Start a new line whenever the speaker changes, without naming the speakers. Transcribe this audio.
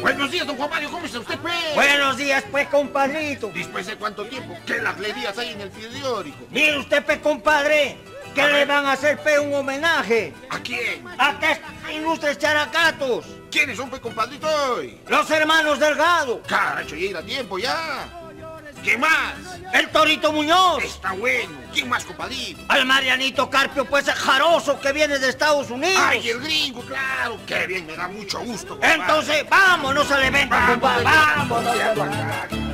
Buenos días, don Juan Mario, ¿cómo está usted, pues?
Buenos días, pues, compadrito.
Después de cuánto tiempo, ¿qué laclerías hay en el periódico?
Mire usted, pues, compadre, que
A
le
ver.
van a hacer, pues, un homenaje
¿A quién?
a estos ilustres characatos,
¿Quiénes son, pues, compadrito? hoy?
los hermanos Delgado,
Caracho, ya era tiempo, ya. ¿Qué más?
el Torito Muñoz,
Está bueno. ¿Quién más, compadrito?
al Marianito Carpio, pues, jaroso que viene de Estados Unidos.
¡Ay, el gringo, claro! ¡Qué bien, me da mucho gusto, compadre.
Entonces, vámonos al evento, compadre,
vamos,
vámonos.
vamos, vamos.